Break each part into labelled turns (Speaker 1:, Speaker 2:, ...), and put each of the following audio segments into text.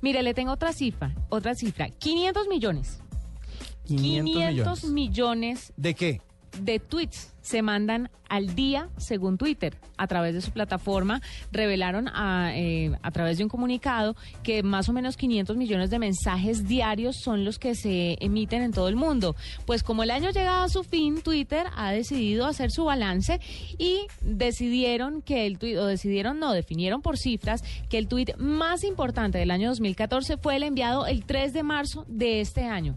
Speaker 1: Mire, le tengo otra cifra, otra cifra. 500 millones.
Speaker 2: 500, millones.
Speaker 1: millones
Speaker 2: ¿De qué?
Speaker 1: de tweets se mandan al día según Twitter a través de su plataforma revelaron a, eh, a través de un comunicado que más o menos 500 millones de mensajes diarios son los que se emiten en todo el mundo pues como el año llega a su fin Twitter ha decidido hacer su balance y decidieron que el tuit o decidieron no definieron por cifras que el tweet más importante del año 2014 fue el enviado el 3 de marzo de este año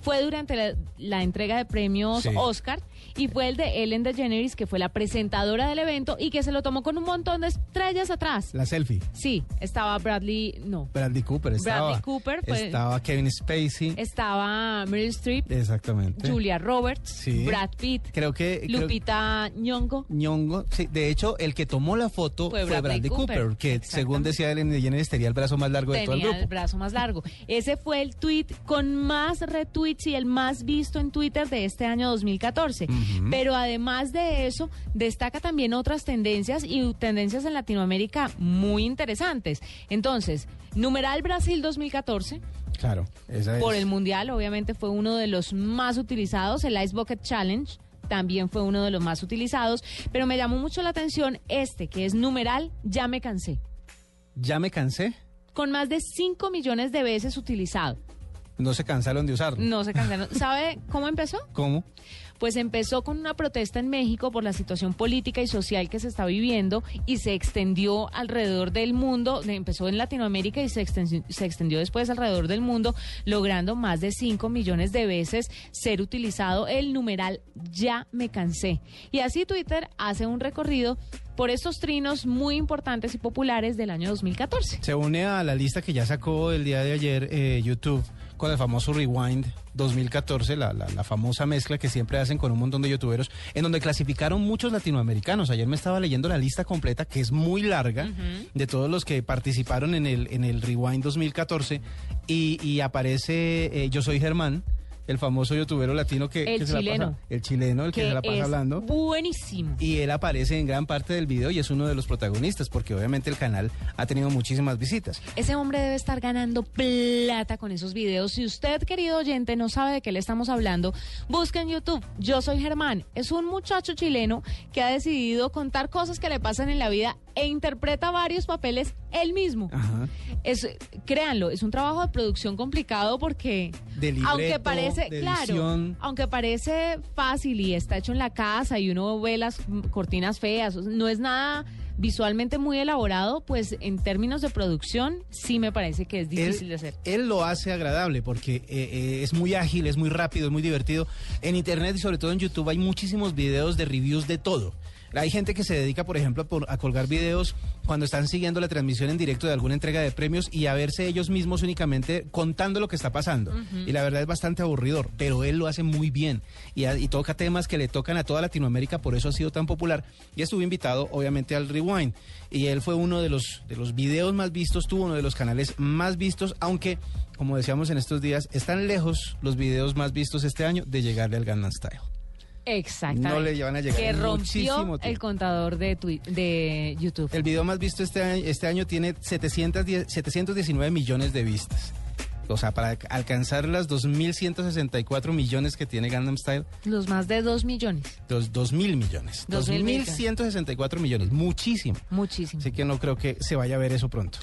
Speaker 1: fue durante la, la entrega de premios
Speaker 2: Sí.
Speaker 1: Oscar y fue el de Ellen DeGeneres, que fue la presentadora del evento y que se lo tomó con un montón de estrellas atrás.
Speaker 2: La selfie.
Speaker 1: Sí, estaba Bradley, no,
Speaker 2: Bradley Cooper estaba.
Speaker 1: Bradley Cooper pues, fue-
Speaker 2: Estaba Kevin Spacey.
Speaker 1: estaba Meryl Streep,
Speaker 2: Exactamente.
Speaker 1: Julia Roberts,
Speaker 2: Sí.
Speaker 1: Brad Pitt,
Speaker 2: Creo que. creo-
Speaker 1: Lupita Nyong'o.
Speaker 2: Ñongo, sí, de hecho, el que tomó la foto
Speaker 1: Fue
Speaker 2: fue,
Speaker 1: Bradley
Speaker 2: Bradley, Cooper,
Speaker 1: Cooper,
Speaker 2: que según
Speaker 1: exactamente.
Speaker 2: decía Ellen DeGeneres tenía el brazo más largo de todo el
Speaker 1: Tenía el
Speaker 2: grupo.
Speaker 1: brazo más largo. Ese fue el tweet con más retweets y el más visto en Twitter de este año 2014. Pero además de eso, destaca también otras tendencias y tendencias en Latinoamérica muy interesantes. Entonces, numeral Brasil 2014,
Speaker 2: Claro, esa es.
Speaker 1: por el Mundial, obviamente fue uno de los más utilizados, el Ice Bucket Challenge. También fue uno de los más utilizados, pero me llamó mucho la atención este, que es numeral, ya me cansé,
Speaker 2: Ya me cansé,
Speaker 1: con más de 5 millones de veces utilizado.
Speaker 2: no se cansaron de usarlo.
Speaker 1: No se cansaron. ¿Sabe cómo empezó?
Speaker 2: ¿Cómo?
Speaker 1: Pues empezó con una protesta en México por la situación política y social que se está viviendo y se extendió alrededor del mundo, de- empezó en Latinoamérica y se extendió, se extendió después alrededor del mundo, logrando más de 5 millones de veces ser utilizado el numeral ya me cansé. Y así Twitter hace un recorrido por estos trinos muy importantes y populares del año 2014.
Speaker 2: Se une a la lista que ya sacó el día de ayer eh, YouTube con el famoso Rewind 2014, la, la- la famosa mezcla que siempre hacen con un montón de youtuberos, en donde clasificaron muchos latinoamericanos. Ayer me estaba leyendo la lista completa, que es muy larga, de todos los que participaron en el, en el Rewind 2014, y, y aparece eh, Yo Soy Germán, el famoso youtubero latino que,
Speaker 1: El
Speaker 2: que se la pasa-
Speaker 1: chileno.
Speaker 2: el chileno, el que, se la pasa
Speaker 1: es
Speaker 2: hablando.
Speaker 1: buenísimo.
Speaker 2: Y él aparece en gran parte del video y es uno de los protagonistas, porque obviamente el canal ha tenido muchísimas visitas.
Speaker 1: Ese hombre debe estar ganando plata con esos videos. Si usted, querido oyente, no sabe de qué le estamos hablando, busque en YouTube. Yo soy Germán. Es un muchacho chileno que ha decidido contar cosas que le pasan en la vida e interpreta varios papeles él mismo.
Speaker 2: Ajá.
Speaker 1: Es, créanlo, es un trabajo de producción complicado porque
Speaker 2: De libreto,
Speaker 1: aunque parece,
Speaker 2: de
Speaker 1: claro,
Speaker 2: edición.
Speaker 1: aunque parece fácil y está hecho en la casa y uno ve las mm, cortinas feas, o sea, no es nada visualmente muy elaborado, pues en términos de producción sí me parece que es difícil
Speaker 2: él,
Speaker 1: de hacer.
Speaker 2: él lo hace agradable porque eh, eh, es muy ágil, es muy rápido, es muy divertido. En internet y sobre todo en YouTube hay muchísimos videos de reviews de todo. Hay gente que se dedica, por ejemplo, a por- a colgar videos cuando están siguiendo la transmisión en directo de alguna entrega de premios y a verse ellos mismos únicamente contando lo que está pasando. Y la verdad es bastante aburridor, pero él lo hace muy bien y, a- y toca temas que le tocan a toda Latinoamérica, por eso ha sido tan popular. Y estuvo invitado, obviamente, al Rewind. Y él fue uno de los, de los videos más vistos, tuvo uno de los canales más vistos, aunque, como decíamos en estos días, están lejos los videos más vistos este año de llegarle al Gangnam Style.
Speaker 1: Exactamente.
Speaker 2: No le van a llegar
Speaker 1: que
Speaker 2: en
Speaker 1: rompió
Speaker 2: muchísimo tiempo.
Speaker 1: el contador de, twi- de YouTube.
Speaker 2: El video más visto este año, este año tiene 710 719 millones de vistas. O sea, para alcanzar las 2.164 millones que tiene Gangnam Style,
Speaker 1: Los más de 2 millones.
Speaker 2: Dos, dos mil millones.
Speaker 1: Dos
Speaker 2: Dos
Speaker 1: mil
Speaker 2: mil ciento sesenta y cuatro millones. Muchísimo.
Speaker 1: Muchísimo.
Speaker 2: Así que no creo que se vaya a ver eso pronto.